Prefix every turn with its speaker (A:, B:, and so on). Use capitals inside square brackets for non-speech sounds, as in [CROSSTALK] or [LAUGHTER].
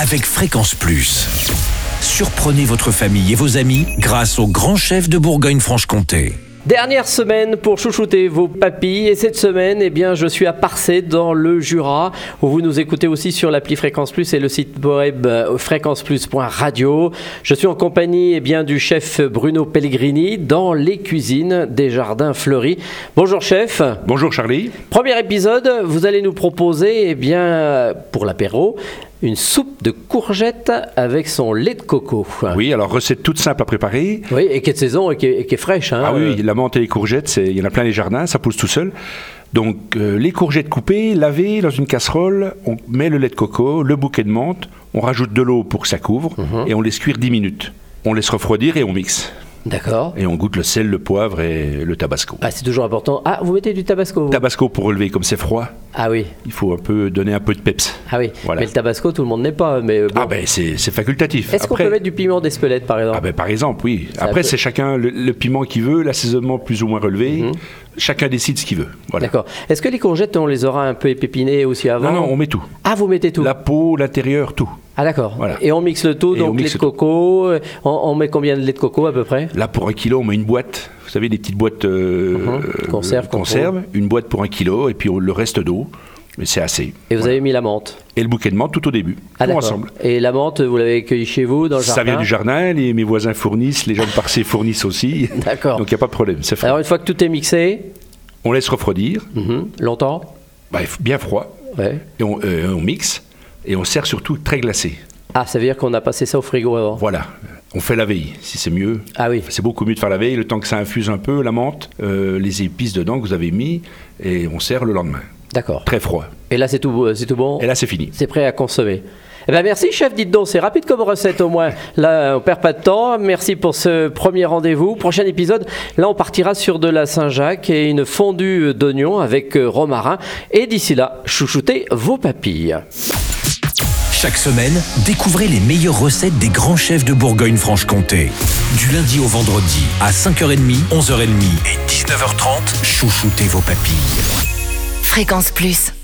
A: avec Fréquence Plus. Surprenez votre famille et vos amis grâce au grand chef de Bourgogne-Franche-Comté.
B: Dernière semaine pour chouchouter vos papilles et cette semaine, eh bien, je suis à Parcé dans le Jura où vous nous écoutez aussi sur l'appli Fréquence Plus et le site web euh, fréquenceplus.radio. Je suis en compagnie eh bien, du chef Bruno Pellegrini dans les cuisines des jardins fleuris. Bonjour chef.
C: Bonjour Charlie.
B: Premier épisode, vous allez nous proposer eh bien euh, pour l'apéro une soupe de courgettes avec son lait de coco.
C: Oui, alors recette toute simple à préparer.
B: Oui, et qui est de saison et qui est, et qui est fraîche. hein.
C: Ah oui, la menthe et les courgettes, c'est- il y en a plein les jardins, ça pousse tout seul. Donc euh, les courgettes coupées, lavées dans une casserole, on met le lait de coco, le bouquet de menthe, on rajoute de l'eau pour que ça couvre
B: Mhm.
C: et on laisse cuire 10 minutes. On laisse refroidir et on mixe.
B: D'accord.
C: Et on goûte le sel, le poivre et le tabasco.
B: Ah, c'est toujours important. Ah, vous mettez du tabasco. vous
C: Tabasco pour relever, comme c'est froid,
B: ah oui.
C: il faut un peu donner un peu de peps.
B: Ah oui.
C: Voilà.
B: Mais le tabasco, tout le monde n'est pas. Mais bon.
C: Ah ben c'est c'est facultatif.
B: Est-ce qu'on
C: Après-
B: peut mettre du piment d'Espelette, par exemple
C: Ah ben par exemple, oui.
B: Ça
C: Après,
B: peut-
C: c'est chacun le, le piment qu'il veut, l'assaisonnement plus ou moins relevé. Chacun décide ce qu'il veut. Voilà.
B: Mhm. D'accord. Est-ce que les courgettes, on les aura un peu épipinées aussi avant
C: Non, non, on met tout.
B: Ah, vous mettez tout
C: La peau, l'intérieur, tout.
B: Ah, d'accord.
C: Voilà.
B: Et on mixe le tout,
C: Et on
B: donc lait
C: mixe
B: de
C: le tout.
B: coco. euh, On, on met combien de lait de coco à peu près
C: Là, pour un kilo, on met une boîte. Vous savez, des petites boîtes euh,
B: Mhm. Conserve, qu'on
C: conserve. Une boîte pour un kilo, et puis on- le reste d'eau. Mais c'est assez.
B: Et vous avez mis la menthe.
C: Et le bouquet de menthe tout au début.
B: Ah,
C: tout
B: d'accord.
C: ensemble.
B: Et la menthe, vous l'avez cueillie chez vous, dans le jardin
C: Ça vient du jardin, les, mes voisins fournissent, les gens de
B: [LAUGHS]
C: Parcé fournissent aussi.
B: D'accord.
C: Donc il n'y a pas de problème, c'est frais.
B: Alors, une fois que tout est mixé,
C: On laisse refroidir,
B: mhm, longtemps
C: bah, bien froid,
B: Ouais.
C: et on, euh, on mixe, et on sert surtout très glacé.
B: Ah, ça veut dire qu'on a passé ça au frigo avant.
C: Voilà, on fait la veille, si c'est mieux.
B: Ah oui.
C: C'est beaucoup mieux de faire la veille, le temps que ça infuse un peu, la menthe, euh, les épices dedans que vous avez mis, et on sert le lendemain.
B: D'accord.
C: Très froid.
B: Et là, c'est tout, beau- c'est tout bon
C: Et là, c'est fini.
B: C'est prêt à consommer. Eh ben merci chef, dites donc, c'est rapide comme recette au moins. Là, on perd pas de temps. Merci pour ce premier rendez-vous. Prochain épisode, là on partira sur de la Saint-Jacques et une fondue d'oignons avec euh, romarin. Et d'ici là, chouchoutez vos papilles.
A: Chaque semaine, découvrez les meilleures recettes des grands chefs de Bourgogne-Franche-Comté. Du lundi au vendredi, à 5h30, 11h30 et 19h30, chouchoutez vos papilles.
D: Fréquence Plus.